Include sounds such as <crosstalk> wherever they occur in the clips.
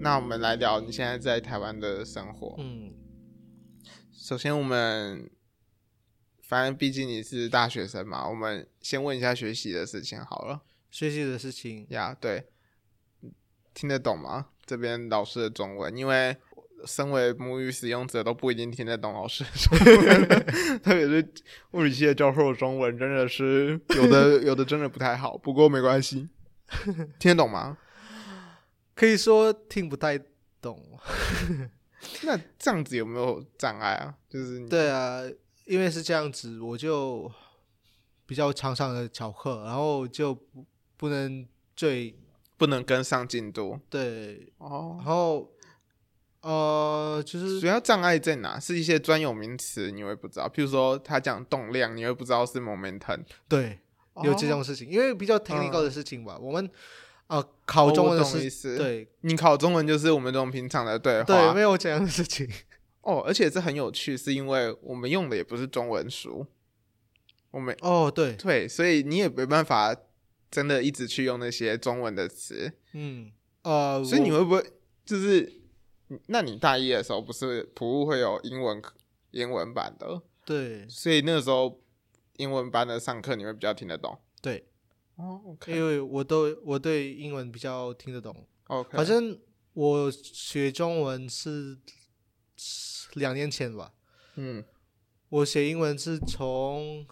那我们来聊你现在在台湾的生活。嗯，首先，我们反正毕竟你是大学生嘛，我们先问一下学习的事情好了。学习的事情，呀、对，听得懂吗？这边老师的中文，因为身为母语使用者都不一定听得懂老师的中文， <laughs> 特别是物理系的教授的中文，真的是有的有的真的不太好。不过没关系， <laughs> 听得懂吗？可以说听不太 <laughs> 懂。那这样子有没有障碍啊？就是你对啊，因为是这样子，我就比较常上的翘课，然后就不不能最不能跟上进度对，然哦。后呃，就是主要障碍在哪？是一些专有名词你会不知道，譬如说他讲动量，你会不知道是 momentum，对有这种事情，因为比较 technical 的事情吧，我们啊、呃考中文的哦哦我懂事意，思对你考中文就是我们这种平常的对话，对，没有这样的事 <laughs> 情，哦，而且这很有趣，是因为我们用的也不是中文书，我们哦，对，对，所以你也没办法真的一直去用那些中文的词，嗯，呃，所以你我会不会就是，那你大一的时候不是普物会有英文课英文版的，对所以那个时候英文班的上课你会比较听得懂 <laughs> 对，哦因为我都我对英文比较听得懂， ，OK，反正我学中文是是两年前吧，嗯，我学英文是从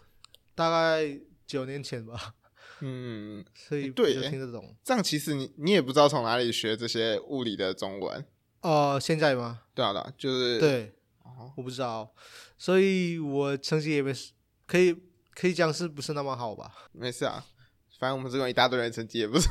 大概九年前吧，嗯，所以对比较耶听得懂。这样其实你你也不知道从哪里学这些物理的中文，呃，现在吗？对啊，对啊，就是，对，哦，我不知道，所以我成绩也没是可以可以讲是不是那么好吧？ <laughs> 没事啊，反正我们这种一大堆人成绩也不是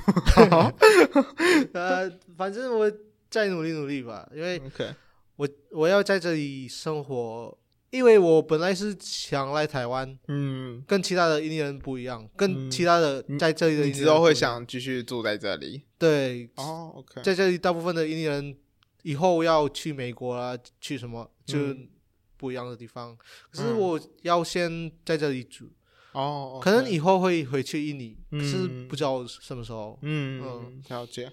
呃，反正我再努力努力吧，因为 OK，我我要在这里生活，因为我本来是想来台湾，嗯，跟其他的印尼人不一样，跟嗯其他的在这里的印你尼之人后不一会样想继续住在这里对，哦，OK，在这里大部分的印尼人以后要去美国啊，去什么就嗯不一样的地方。可是嗯我要先在这里住，哦，OK，可能以后会回去印尼，嗯可是不知道什么时候。嗯，了解，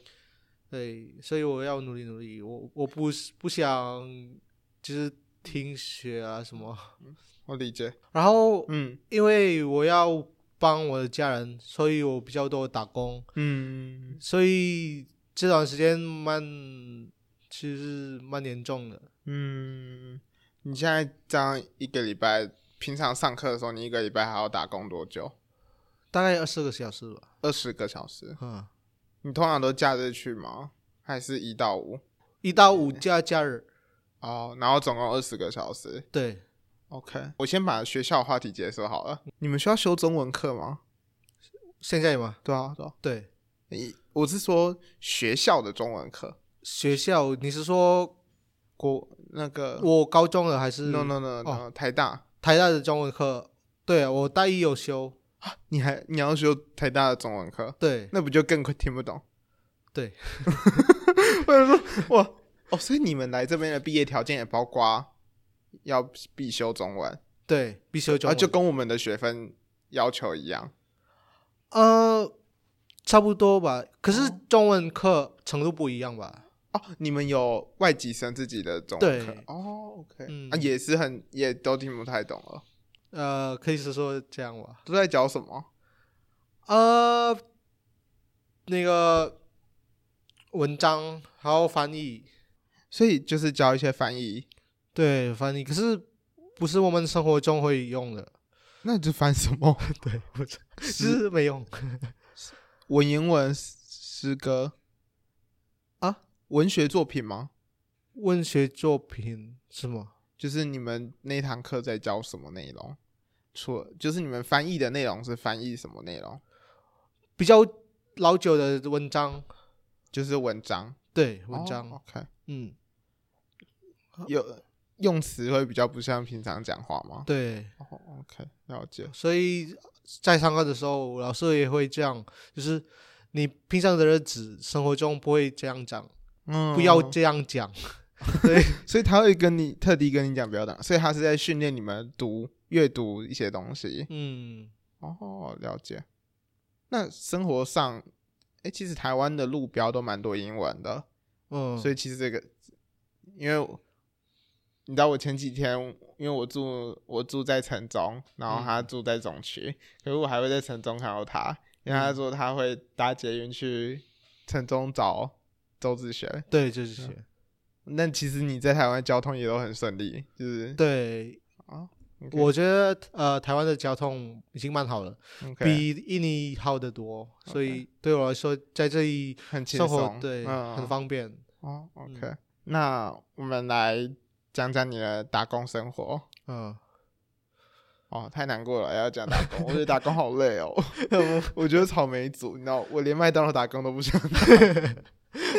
对，所以我要努力努力。我我不是不想就是听学啊什么。我理解，然后嗯因为我要帮我的家人，所以我比较多打工。嗯，所以这段时间蛮其实是蛮严重的。嗯，你现在这样一个礼拜，平常上课的时候，你一个礼拜还要打工多久？大概二十个小时吧。二十个小时，嗯，你通常都假日去吗？还是一到五？一到五加假日。哦，然后总共二十个小时。对， OK，我先把学校话题结束好了。你们学校修中文课吗？现在吗？对啊，对啊。对，你我是说学校的中文课，学校你是说呃国那个我高中的还是 no no no no，、台大，台大的中文课？对啊，我大一有修。你还你要修台大的中文课，对那不就更快听不懂？ <laughs> 对， <laughs> 我想说哇哦，所以你们来这边的毕业条件也包括要必修中文，对，必修中然后文。就跟我们的学分要求一样。呃，差不多吧。可是哦中文课程度不一样吧？哦，你们有外籍生自己的中文课对哦，OK，、嗯啊，也是很也都听不太懂了，呃，可以是说这样吧。都在讲什么？呃，那个文章还有翻译，所以就是教一些翻译，对翻译，可是不是我们生活中会用的，那你就翻什么？ <laughs> 对，不是，是没用文言文、诗诗歌啊，文学作品吗？文学作品是吗？就是你们那堂课在教什么内容？除了就是你们翻译的内容是翻译什么内容？比较老久的文章，就是文章，对文章，啊哦 OK，嗯，有用词会比较不像平常讲话吗？对，哦，OK，了解。所以在上课的时候，老师也会这样，就是你平常的日子生活中不会这样讲，嗯不要这样 <laughs> 讲，所以他会跟你特地跟你讲不要打，所以他是在训练你们读阅读一些东西。嗯。哦，了解。那生活上，哎、其实台湾的路标都蛮多英文的，嗯，所以其实这个，因为我你知道我前几天，因为我住我住在城中，然嗯后他住在总区，可是我还会在城中看到他，因为他嗯说他会搭捷运去城中找周志学。对，就是这些那其实你在台湾交通也都很顺利，就是对。啊，OK 我觉得呃，台湾的交通已经蛮好了 OK，比印尼好得多，所以对我来说，在这里很轻生活松，对、嗯、很方嗯便。哦，OK，、那我们来讲讲你的打工生活。嗯，哦，太难过了，要讲打工，我觉得打工好累 <laughs> 哦。我我觉得草莓族，你知道，我连麦当劳打工都不想。 <laughs>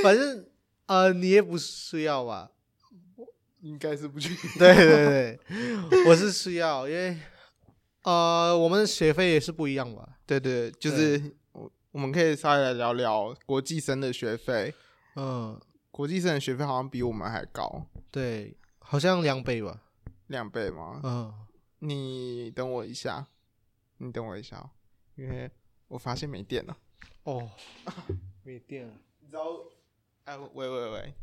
反正呃，你也不需要啊吧？应该是不去。 <laughs> 对对对， <laughs> 我是需要，因为呃，我们的学费也是不一样吧？ <laughs> 对对，就是我我们可以稍微来聊聊国际生的学费。嗯，国际生的学费好像比我们还高对，好像两倍吧？两倍吗？嗯，你等我一下，你等我一下、哦，因为我发现没电了。哦， <laughs> 没电了。你知道？哎，喂喂喂，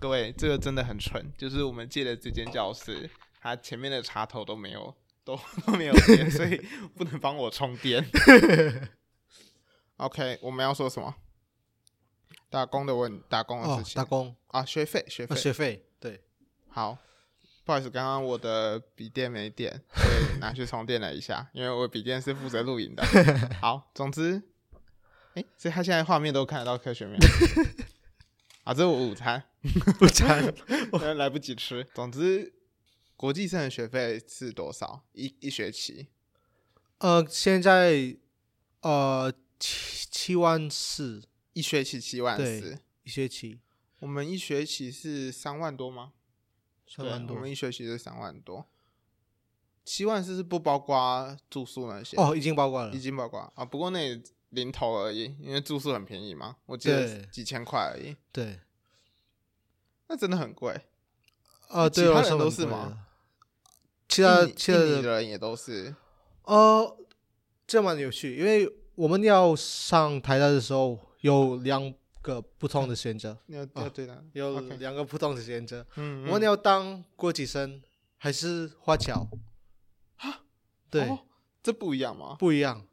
各位，这个真的很蠢，就是我们借的这间教室，它前面的插头都没有，都 <laughs> 都没有电，所以不能帮我充电。OK，我们要说什么？打工的问，打工的哦事，情、打工啊，学费，学啊，费，学费对，好。不好意思，刚刚我的笔电没电，所以拿去充电了一 <laughs> 下，因为我笔电是负责录影的。好，总之，哎、所以他现在画面都看得到科学 <laughs> 面。啊，这是我午餐，不惨。但来不及吃。总之，国际生的学费是多少？一一学期？呃，现在呃七七万四一学期七万四对。一学期，我们一学期是三万多吗？三万对多我们一学期是三万多。七万四是不包括住宿那些，哦，已经包括了已。经包括啊。不过那也零头而已，因为住宿很便宜嘛，我记得对几千块而已，对，那真的很贵。呃，其对我他来人说都很是贵吗的？其他印尼其他印尼啊的人也都是呃，这蛮有趣，因为我们要上台大的时候有两个不同的选择，要要对的，有 OK 两个不同的选择。嗯，哦我们要当国际生还是华侨？对，哦这不一样吗？不一样。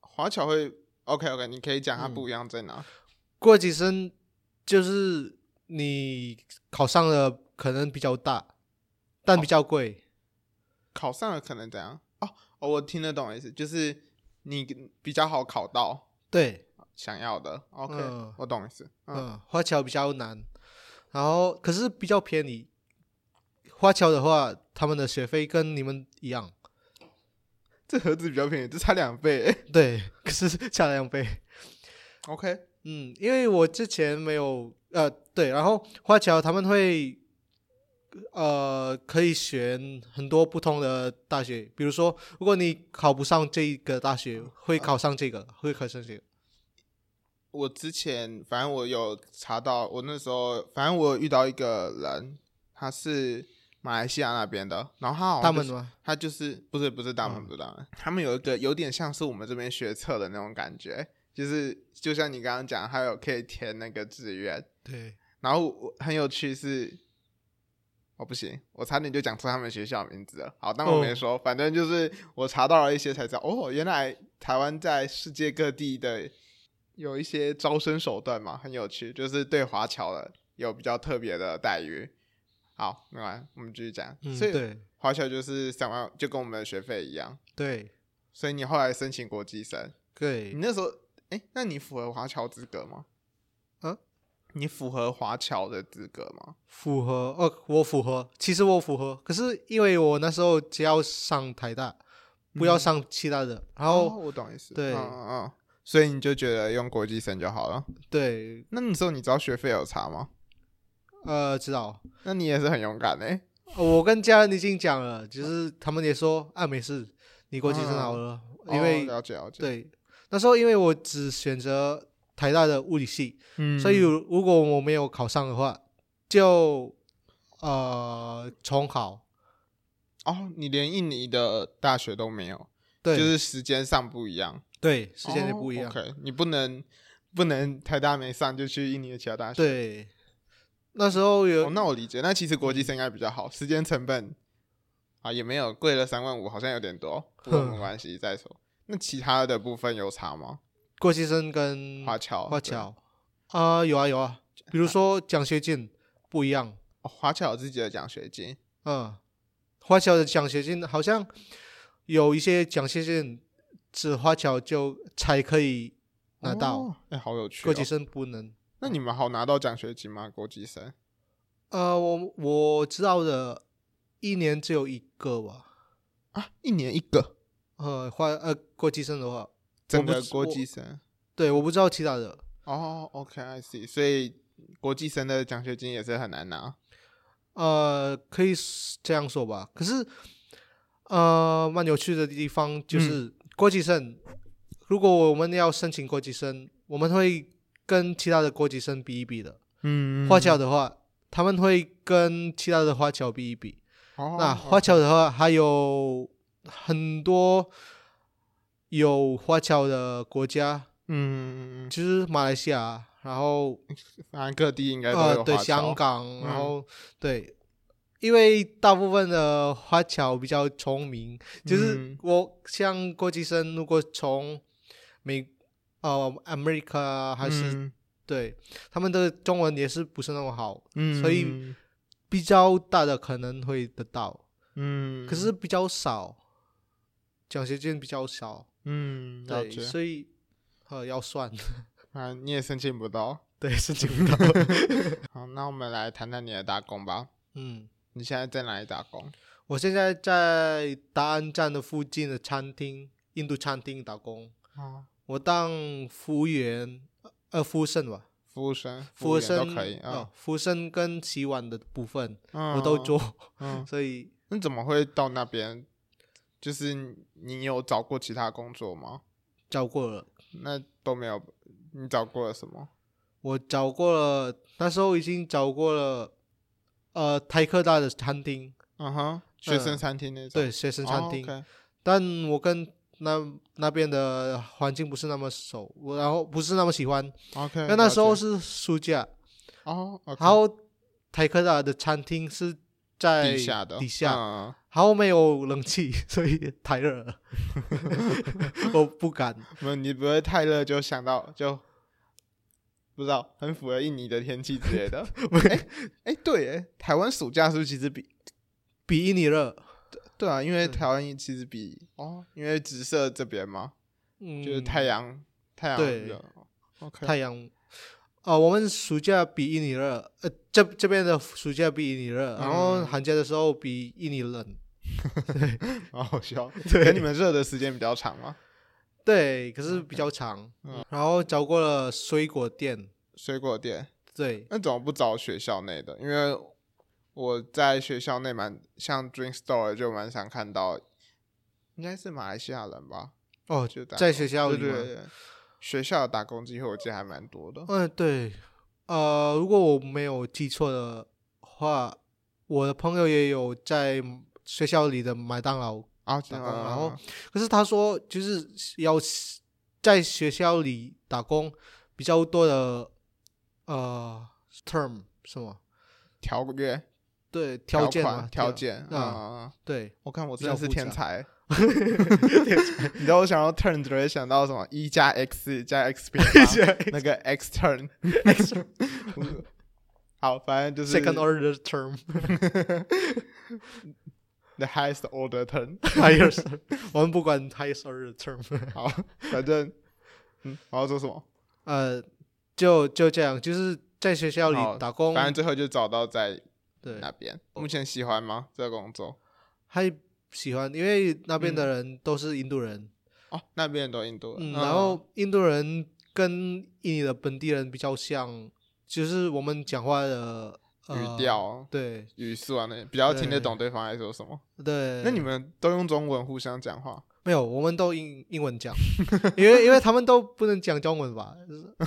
华侨会 OK OK，你可以讲它嗯不一样在哪？国际生就是你考上了可能比较大，但比较贵。考上了可能怎样？哦哦，我听得懂意思，就是你比较好考到对，想要的。OK，、嗯我懂意思。嗯，嗯，华侨比较难，然后可是比较便宜。华侨的话，他们的学费跟你们一样，这盒子比较便宜，这差两倍。欸对，可是差两倍。 OK，嗯，因为我之前没有呃，对，然后华侨他们会呃可以选很多不同的大学，比如说如果你考不上这个大学，哦会考上这个，会考上这个。我之前反正我有查到，我那时候反正我有遇到一个人，他是马来西亚那边的，然后他好他哦像就们是、吗？他就是不是不是大门不是大门，他们有一个有点像是我们这边学测的那种感觉，就是就像你刚刚讲，还有可以填那个志愿，对，然后我很有趣是，哦不行，我差点就讲出他们学校名字了。好，但我哦没说，反正就是我查到了一些才知道，哦，原来台湾在世界各地的有一些招生手段嘛，很有趣，就是对华侨的有比较特别的待遇。好，没完，我们继续讲。嗯，所以对华侨就是三万，就跟我们的学费一样。对所以你后来申请国际生，你对，那时候，哎、那你符合华侨资格吗？啊，你符合华侨的资格吗？符合哦，我符合，其实我符合，可是因为我那时候只要上台大，不嗯要上其他的，然后、我懂意思，哦对嗯嗯嗯，所以你就觉得用国际生就好了。对那那时候你知道学费有差吗？呃知道。那你也是很勇敢嘞、欸哦我跟家人已经讲了，就是他们也说啊，没事，你过去生好了，因为、哦了解了解，对那时候因为我只选择台大的物理系，嗯所以如果我没有考上的话，就呃重考，哦，你连印尼的大学都没有，对，就是哦时间上不一样，对时间也不一样，哦 OK，你不能不能台大没上就去印尼的其他大学，对那时候有、哦，那我理解。那其实国嗯际生应该比较好，时间成本啊也没有贵了三万五，好像有点多，不过没关系，再说。那其他的部分有差吗？郭先生跟华侨，嗯华对侨啊、有啊有啊，比如说奖学金不一样，哦华侨有自己的奖学金，嗯，华侨的奖学金好像有一些奖学金只华侨就才可以拿到，哦哎、好有趣、国际哦。生不能。那你们好拿到奖学金吗？国际生？呃，我我知道的，一年只有一个吧。啊，一年一个，呃，华呃国际生的话，整个知国我际生。对，我不知道其他的。哦，OK，I、see。所以国际生的奖学金也是很难拿。呃，可以 s- 这样说吧。可是，呃，蛮有趣的地方就是嗯国际生。如果我们要申请国际生，我们会跟其他的国际生比一比的。嗯华侨的话，他们会跟其他的华侨比一比。哦，那哦华侨的话，还有很多有华侨的国家，嗯，就是马来西亚，然后反正各地应该都呃，有对，华侨。香港，嗯然后、对，因为大部分的华侨比较聪明，就是嗯我像国际生，如果从美呃 America 还是、嗯对他们的中文也是不是那么好，嗯，所以比较大的可能会得到，嗯，可是比较少，奖学金比较少，嗯，了对，解，所以呃要算，啊，你也申请不到。 <laughs> 对，申 <laughs> 请不到，好，那我们来谈谈你的打工吧。嗯。你现在在哪里打工？我现在在达安站的附近的餐厅，印度餐厅打工。啊，我当服务员，呃，服务生吧，服务生，服务员生都可以啊哦。服务生跟洗碗的部分嗯我都。做， <laughs> 嗯，所以那怎么会到那边？就是你你有找过其他工作吗？找过了，那都没有。你找过了什么？我找过了，那时候已经找过了，呃，台科大的餐厅，嗯哼，学生嗯餐厅那种。对，学生哦，餐厅， OK 但我跟那那边的环境不是那么熟，我然后不是那么喜欢， OK，因为那时候了解是暑假。哦，OK，然后台科大的餐厅是在底下的底下，嗯然后没有冷气， <laughs> 所以太热了， <laughs> 我不敢。嗯没有，你不会太热就想到就不知道，很符合印尼的天气之类 <laughs> 的。哎哎、对，哎，台湾暑假是不是其实比比印尼热，对啊？因为嗯台湾其实比、哦，因为直射这边嘛，嗯，就是太阳太阳对热。OK，太阳。啊、我们暑假比印尼热，呃，这这边的暑假比印尼热，然后嗯寒假的时候比印尼冷。好好笑。对可你们热的时间比较长吗？对，可是比较长。嗯然后找过了水果店，水果店对，那怎么不找学校内的？因为我在学校内蛮像 Drink Store 就蛮常看到，应该是马来西亚人吧，哦，就打在工学校里对对吗对，学校的打工机会我记得还蛮多的。嗯，对，呃，如果我没有记错的话，我的朋友也有在学校里的麦当劳，啊，打工嗯然后可是他说就是要是在学校里打工比较多的呃 term 什么条约对条件款嘛条件啊啊，嗯嗯对我看我比真的较是复天杂才。 <laughs> 你知道我想到 turn 只会想到什么？一加 x 加 x 平方，啊 <laughs> 那 <laughs> 个 x turn。好， <laughs> 反正就是 second order term <laughs> the highest order <laughs> turn。 higher term，我们不管 highest order term，好，反正嗯，我要做什么？呃，就就这样，就是在学校好里打工，反正最后就找到在对。那边。目前喜欢吗？这个工作？还喜欢，因为那边嗯的人都是印度人，哦，那边都印度人。嗯，然后印度人跟印尼的本地人比较像，就是我们讲话的、呃、嗯语，调、对语速啊，那些比较听得懂对方在说什么。对。那你们都用中文互相讲话？没有，我们都英英文讲，因为因为他们都不能讲中文吧，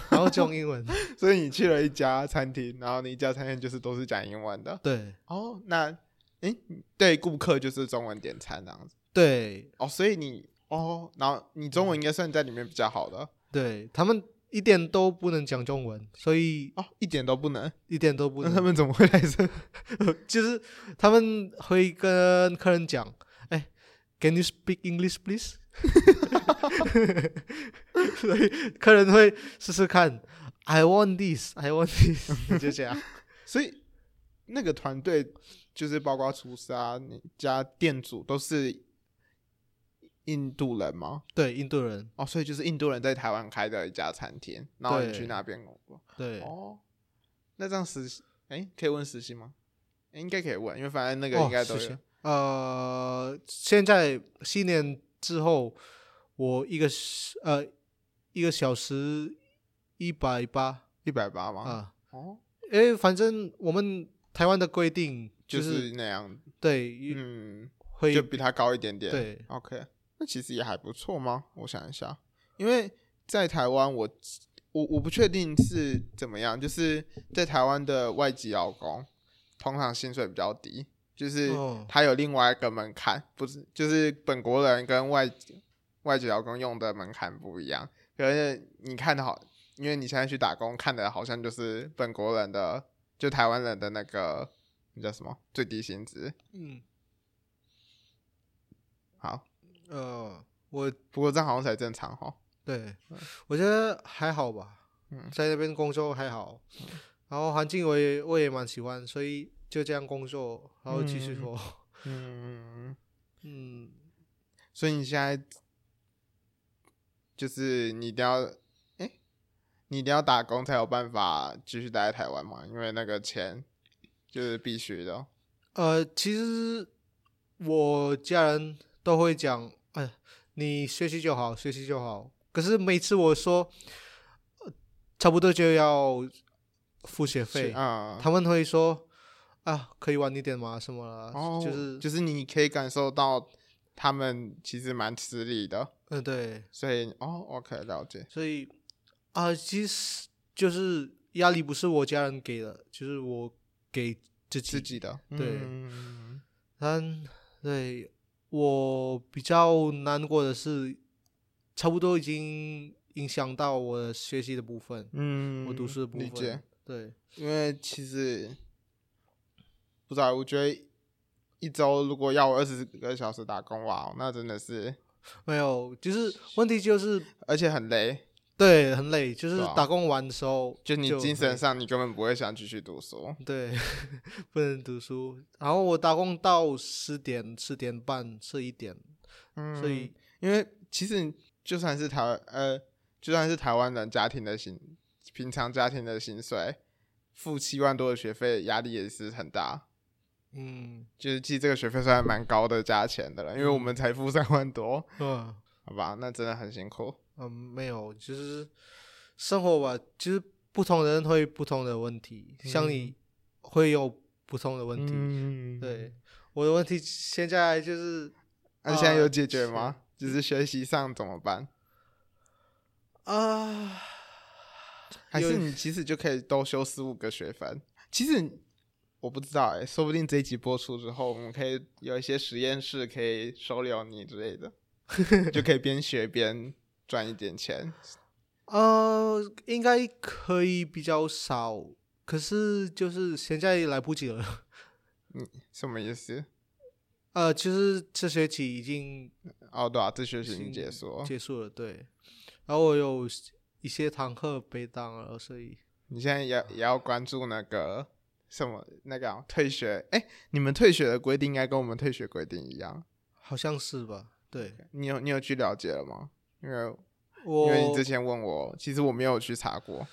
然后就用 <laughs> 英文，所以你去了一家餐厅，然后那一家餐厅就是都是讲英文的。对哦，那诶，对顾客就是中文点餐这样子。对哦，所以你哦，然后你中文应该算在里面比较好的。对，他们一点都不能讲中文，所以哦，一点都不能。一点都不那能。他们怎么会来这？就是他们会跟客人讲，哎，Can you speak English, please？所以客人会试试看，I want this, I want this，就这样。 <laughs> 所以那个团队就是包括厨师啊，你加店主都是印度人吗？对，印度人，哦，所以就是印度人在台湾开的一家餐厅，然后你对去那边工作。对，哦，那这样实习，哎、可以问实习吗？诶应该可以问，因为反正那那个应该都是有。是呃，现在新年之后，我一个时呃一个小时一百八一百八吗？啊，哦，因为反正我们台湾的规定就就是是那样，对嗯，会就比他高一点点。对，OK，那其实也还不错吗？我想一下，因为在台湾我，我我不确定是怎么样，就是在台湾的外籍劳工通常薪水比较低，就是哦它有另外一个门槛，不是就是本国人跟外籍外籍劳工用的门槛不一样，可是你看的好，因为你现在去打工看的好像就是本国人的，就台湾人的那个那叫什么最低薪资，嗯好。呃，我不过这样好像才正常哈。对我觉得还好吧，嗯在那边工作还好，然后环境我也我也蛮喜欢，所以就这样工作，然后继续嗯做，嗯，嗯，所以你现在就是你一定要，哎、你一定要打工才有办法继续待在台湾嘛，因为那个钱就是必须的。哦呃，其实我家人都会讲，哎呀，你学习就好，学习就好。可是每次我说，呃差不多就要付学费，啊，他们会说，啊，可以晚一点吗？什么啦，哦，就是，就是你可以感受到他们其实蛮吃力的，嗯、对。所以哦，OK，了解。所以啊、其实就是压力不是我家人给的，就是我给自己。自己的，对嗯但对我比较难过的是，差不多已经影响到我的学习的部分，嗯我读书的部理解分。。对，因为其实不知道，我觉得一周如果要我二十个小时打工，哇，哦那真的是，没有，就是问题就是而且很累，对很累，就是对啊打工完的时候就你精很神累上你根本不会想继续读书。对， <laughs> 不能读书。然后我打工到十点、十点半、十一点，嗯，所以因为其实就算是台呃，就算是台湾人家庭的薪，平常家庭的薪水，付七万多的学费，压力也是很大。嗯，就是其实这个学费虽然蛮高的价钱的了，因为我们才付三万多，嗯。好吧，那真的很辛苦。嗯，没有，就是生活吧，就是不同人会有不同的问题，像你会有不同的问题。嗯对，我的问题现在就是那、啊现在呃有解决是吗？就是学习上怎么办？啊，还是有你其实就可以都修十五个学分？其实我不知道哎、说不定这一集播出之后，我们可以有一些实验室可以收留你之类的，就可以边学边赚一点钱。呃，应该可以比较少，可是就是现在来不及了。什么意思？呃，就是这学期已经哦，对啊，这学期已已经结束了。结束了，对。然后我有一些堂课被当了，所以你现在也也要关注那个什么那个啊、退学？哎、你们退学的规定应该跟我们退学规定一样。好像是吧？对，你有你有去了解了吗？因为我因为你之前问我，其实我没有去查过。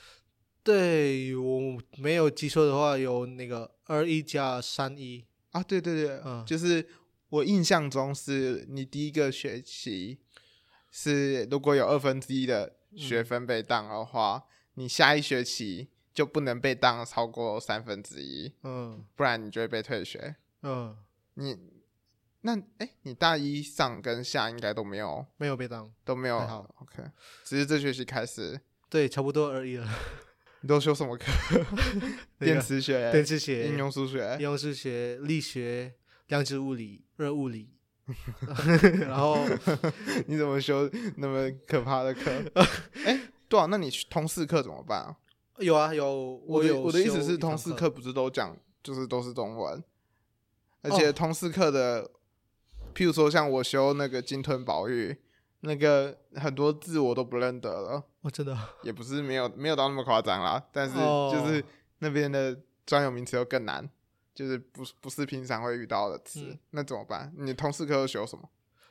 对我没有记错的话，有那个二一加三一，啊，对对对，嗯就是我印象中是你第一个学期是如果有二分之一的学分被当的话，你下一学期就不能被当超过三分之一，嗯不然你就会被退学。嗯，你那哎，你大一上跟下应该都没有没有被当，都没有还好 OK，只是这学期开始对，差不多而已了。你都修什么课？ <laughs> 那个 <laughs> 电磁学、电磁哎应学、用哎数应学。用数学、力学、量子物理、热 <laughs> 物理，然后 <laughs> 你怎么修那么可怕的课？哎、对啊，那你去通识课怎么办啊？有啊有， <laughs> 我的有我的意思修是，一堂通识课课不是都讲就是都是中文，而且通识课的，譬如说像我修那个金屯宝玉，那个很多字我都不认得了，哦，真的也不是没有没有到那么夸张啦，但是哦就是那边的专有名词又更难，就是不是不是平常会遇到的词，嗯那怎么办？你通识课又修什么？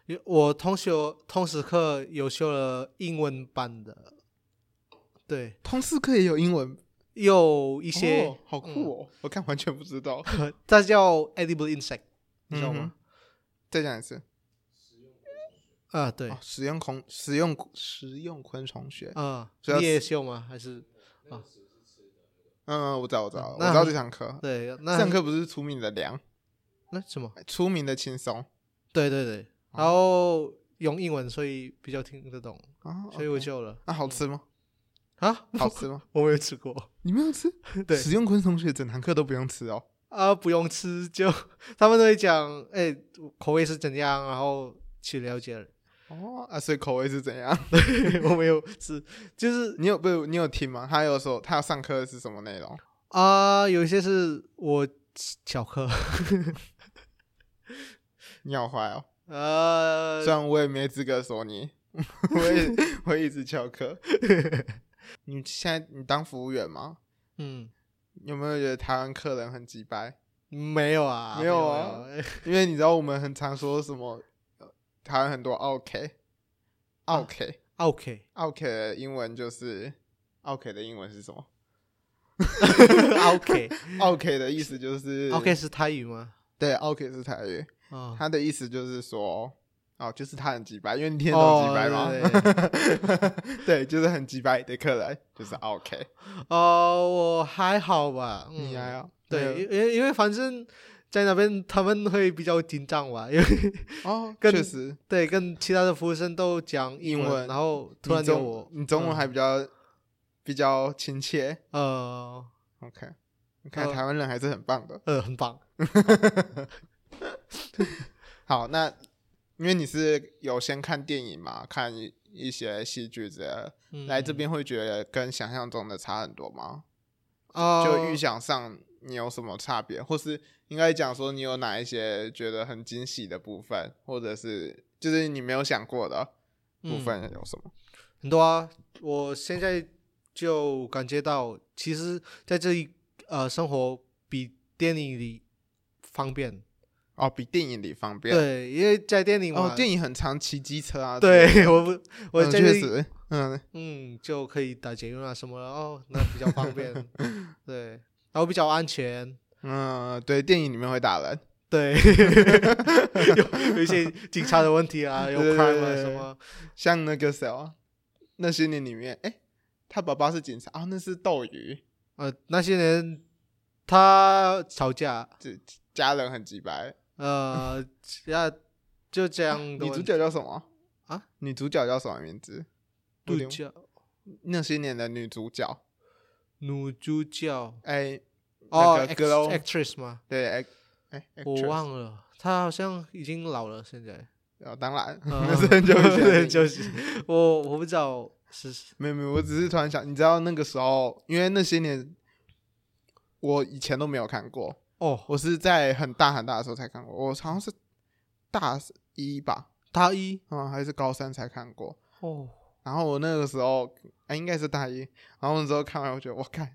有我通修通识课有修了英文版的，对，通识课也有英文，有一一些、好 <laughs> 酷哦！我看完全不知道，它叫 edible insect，你知道嗯哼吗？再讲一次。啊， <laughs> 对，哦，食用昆食用食用昆虫学。啊，所以要你也修吗？还是嗯，我知道，我知道，我嗯那知道这堂课。对，这那堂课不是出名的凉，那什么？出名的轻松对对对，哦然后用英文，所以比较听得懂，啊。所以我 OK 修了那好吃吗？啊， <laughs> 好吃吗？我没有吃过，你没有吃？ <laughs> 对食用昆虫学整堂课都不用吃哦。啊，不用吃就他们都会讲，哎，口味是怎样，然后去了解了。 <laughs> 哦啊，所以口味是怎样？ <laughs> 我没有吃，就是你有不是？你有听吗？他有说他上课的是什么内容？啊、有一些是我巧 <laughs> 克，你好坏哦。呃虽，然我也没资格说 <laughs> 你，我也我也一直翘课。 <laughs> 你现在你当服务员吗？嗯，有没有觉得台湾客人很鸡掰？没有啊，没有有啊没有因 <laughs> 为你知道我们很常说什么，呃台湾很多 OK，OK，OK、啊，OK，OK ，OK 的英文就是 OK 的英文是什么 <laughs> ？OK 的意思就是啊 OK 是泰语吗？对，OK 是台语，啊、它的意思就是说，哦，就是他很鸡掰，因为你听得懂鸡掰吗？哦 <laughs> 对对，就是很鸡掰的客人，就是 OK。哦，我还好吧，嗯、你还要对，因因因为反正在那边他们会比较紧张吧，因为哦，跟确实，对跟其他的服务生都讲英英文然后突然你叫中我，嗯你中文还比较、比较亲切。呃 OK，你看呃台湾人还是很棒的。呃，很棒，好，那因为你是有先看电影嘛，看一一些戏剧之类的，嗯、来这边会觉得跟想象中的差很多吗？啊，就预想上你有什么差别，或是应该讲说你有哪一些觉得很惊喜的部分，或者是就是你没有想过的部嗯分有什么？很多啊，我现在就感觉到，其实在这里呃生活比电影里方便。哦，比电影里方便。对，因为在电影嘛，哦，电影很常骑机车啊。之类的，对我不我嗯在这确里实，嗯，嗯就可以打捷运啊什么的哦，那比较方便，对，然后比较安全。嗯，对，电影里面会打人，对， <laughs> 有有一些警察的问题啊，有对对 crime 啊对什对么，像那个谁哦，那些年里面，哎、他爸爸是警察啊，那是斗鱼，呃，那些人他吵架，这家人很鸡掰。呃，呀，就这样的女问主题。角叫什么啊？女主角叫什么名字？我主有点角，那些年的女主角，女主角哎、哦那个 act- Glow ，actress 吗？对，哎、哎、我 actress 忘了，她好像已经老了，<laughs> 现在。哦，当然，<laughs> 呃那是很久以前的电对影 <laughs> 就是我我不知道是没有没有，我只是突然想，你知道那个时候，因为那些年我以前都没有看过，哦，我是在很大很大的时候才看过，我好像是大一吧，大一嗯，还是高三才看过。哦，然后我那个时候，哎、应该是大一，然后那时候看完，我觉得我看，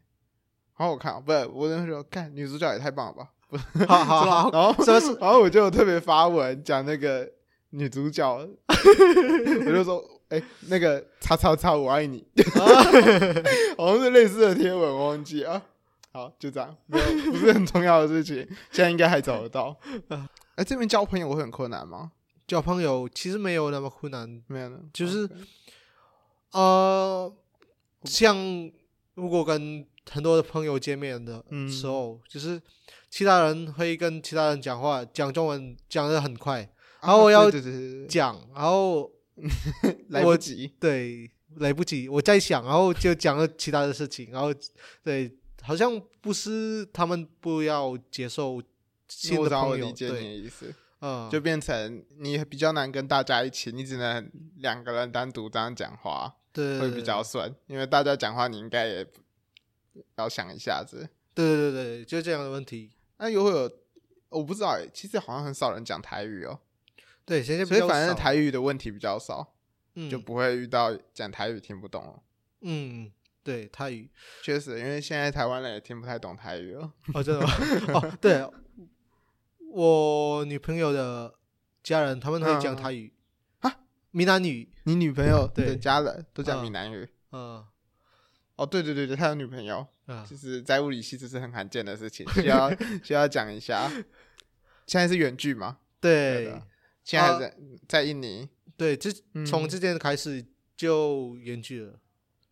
好好看、哦，不是，我那时候看女主角也太棒了吧，不是， <laughs> 好好是吧好然后是不是然后我就有特别发文讲那个女主角， <laughs> 我就说，哎、那个叉叉叉，我爱 <laughs> 你，好像是类似的贴文，我忘记啊。好，就这样，没有，不是很重要的事情，现在应该还找得 <laughs> 到。哎、这边交朋友会很困难吗？交朋友其实没有那么困难，没有呢，就是，OK 呃，像如果跟很多的朋友见面的嗯时候，就是其他人会跟其他人讲话，讲中文讲的很快，然后我啊要对对对对对讲，然后来不我及。对，来不及，我在想，然后就讲了其他的事情，然后对，好像不是他们不要接受新我的知道我朋友，理解你的对，意思。嗯，就变成你比较难跟大家一起，你只能两个人单独这样讲话对会比较顺，因为大家讲话你应该也要想一下子。对对对对，就这样的问题。那又会有我不知道欸，其实好像很少人讲台语哦、对，现在比所以较反正少台语的问题比较少，嗯就不会遇到讲台语听不懂哦。嗯，对泰语确实，因为现在台湾人也听不太懂台语了。哦，真的吗？哦，对，我女朋友的家人他们会讲嗯泰语啊，闽南语，你女朋友的对家人都讲嗯闽南语？嗯哦，对对对对，他有女朋友，啊就是在物理系这是很罕见的事情，需要需要讲一下。现在是远距吗？对对的现在啊在、在印尼对，这嗯从这件开始就远距了，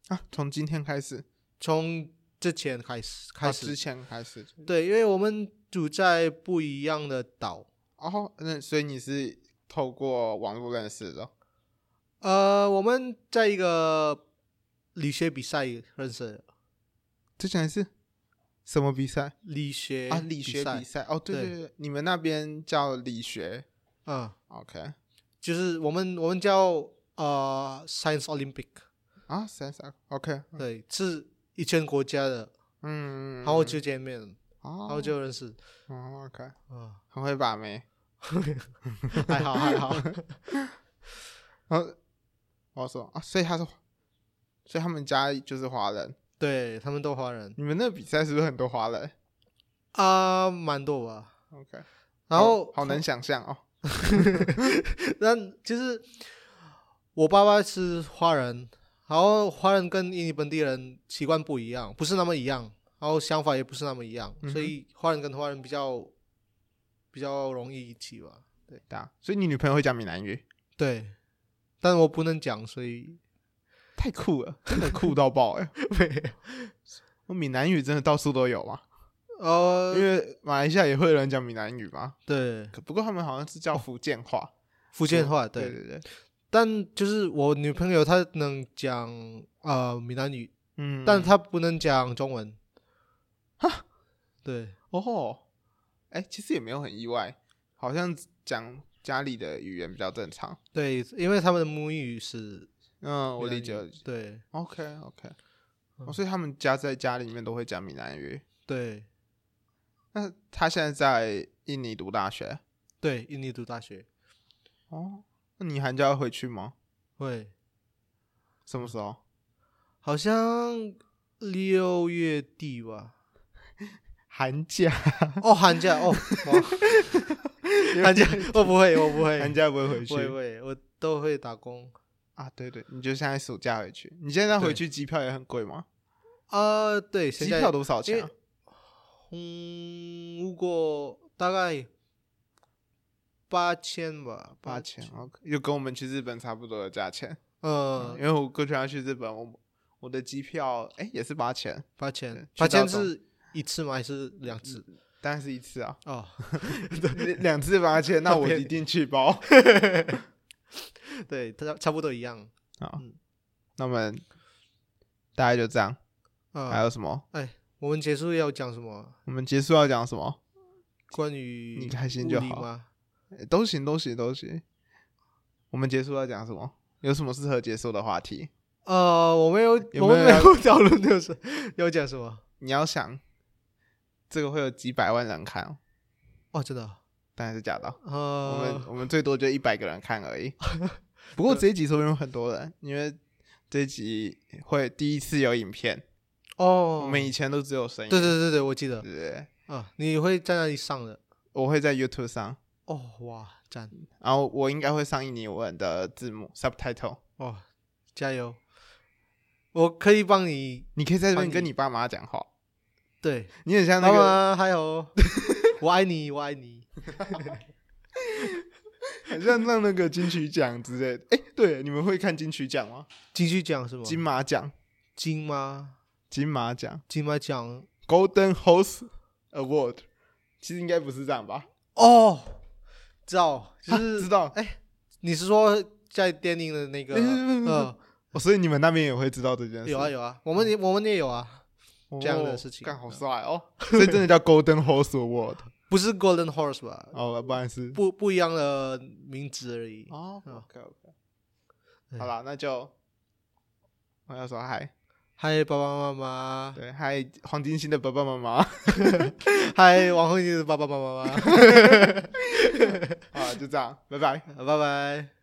啊，从今天开始，从之前开始啊开之始，前开始。对，因为我们住在不一样的岛，哦，那所以你是透过网络认识的？哦呃，我们在一个理学比赛认识的，之前是什么比赛理学啊？理学赛比，赛？哦，对对对对，你们那边叫理学嗯， ？OK 就是我们我们叫呃 Science Olympic，啊，sense OK，对，是一千国家的，嗯，然后就见面，然后哦就认识，哦 OK，啊、很会把妹。还好 <laughs> 还好，然后我说啊，所以他是，所以他们家就是华人。对他们都华人你们那比赛是不是很多华人啊、蛮多吧。 ？OK，然后好好能想象哦。 <laughs> 那就是我爸爸是华人，然后华人跟印尼本地人习惯不一样，不是那么一样，然后想法也不是那么一样，嗯哼所以华人跟华人比较比较容易一起吧。对啊，所以你女朋友会讲闽南语，对，但我不能讲，所以太酷了，真的酷到爆 <laughs> 哎、我闽南语真的到处都有嘛，呃因，为马来西亚也会有人讲闽南语嘛，对，可不过他们好像是叫福建话。福建话哦对对，对对，但就是我女朋友她能讲呃闽南语，嗯，但她不能讲中文。对，哦吼，哎、其实也没有很意外，好像讲家里的语言比较正常。对，因为他们的母语是嗯，我闽南理解语我理解。对 OK OK，、哦、嗯所以他们家在家里面都会讲闽南语。对那他现在在印尼读大学对，印尼读大学哦，那你寒假要回去吗？会，什么时候？好像六月底 <laughs> 吧。寒假，哦，寒假哦，哇寒假我不会，哦我不 <laughs> <laughs> 会，寒假不会回去不会不会，我都会打工。啊？对对，你就现在暑假回去。你现在回对去机票也很贵吗？啊，对，机现在票多少钱、因啊为？嗯，如果大概八千吧，八千，，OK，就跟我们去日本差不多的价钱。嗯，呃因，为我过去要去日本，我我的机票哎、也是八千，八千，去八千到嗯总是一次吗？还是两次？当然是一次啊， <laughs> 哦， <laughs> 两次八千，那我那一边定去包。 <laughs> 对，差差不多一样。好嗯，那我们大概就这样。还啊，有什么？哎，我们结束要讲什么？我们结束要讲什么？关于你开心物就理好吗？诶都行，都行，都行。我们结束要讲什么？有什么适合结束的话题？呃，我没有，有我们没没有有讨论就是 <laughs> 要讲什么？你要想，这个会有几百万人看、哦，哦，真的啊，当然是假的哦。我呃们，我们最多就一百个人看而 <laughs> 已。不过这一集说不定有很多人，因为这一集会第一次有影片，哦，我们以前都只有声音。对对对对，我记得对对对啊，你会在那里上的。我会在 YouTube 上，哦，哇，赞！然后我应该会上印尼文的字幕 subtitle。哦，加油！我可以帮你，你可以在这边帮你跟你爸妈讲话，对，你很像那妈个妈还有，我爱你，我爱你。很像让那个金曲奖之类的。哎、对，你们会看金曲奖 <laughs> 吗？继续讲什么？金马奖，金吗？金马奖金吗哦奖？ （Golden Horse Award），其实应该不是这样吧？哦，知道，就啊是知道，哎你是说在电影的那个？哎不不不不呃，哦所以你们那边也会知道这件事。有啊有啊，我嗯们也我们也有啊。哦这样的事情 <laughs> 嗯干好帅哦！所以真的叫 Golden Horse Award，不是 Golden Horse 吧？哦，不然是不不一样的名字而已。哦，OK OK，对好啦，那就我要说嗨，嗨，爸爸妈妈，对，嗨，黄金星的爸爸妈 <laughs> 妈嗨，王后你的爸爸妈妈，啊，就这样，拜拜。拜拜。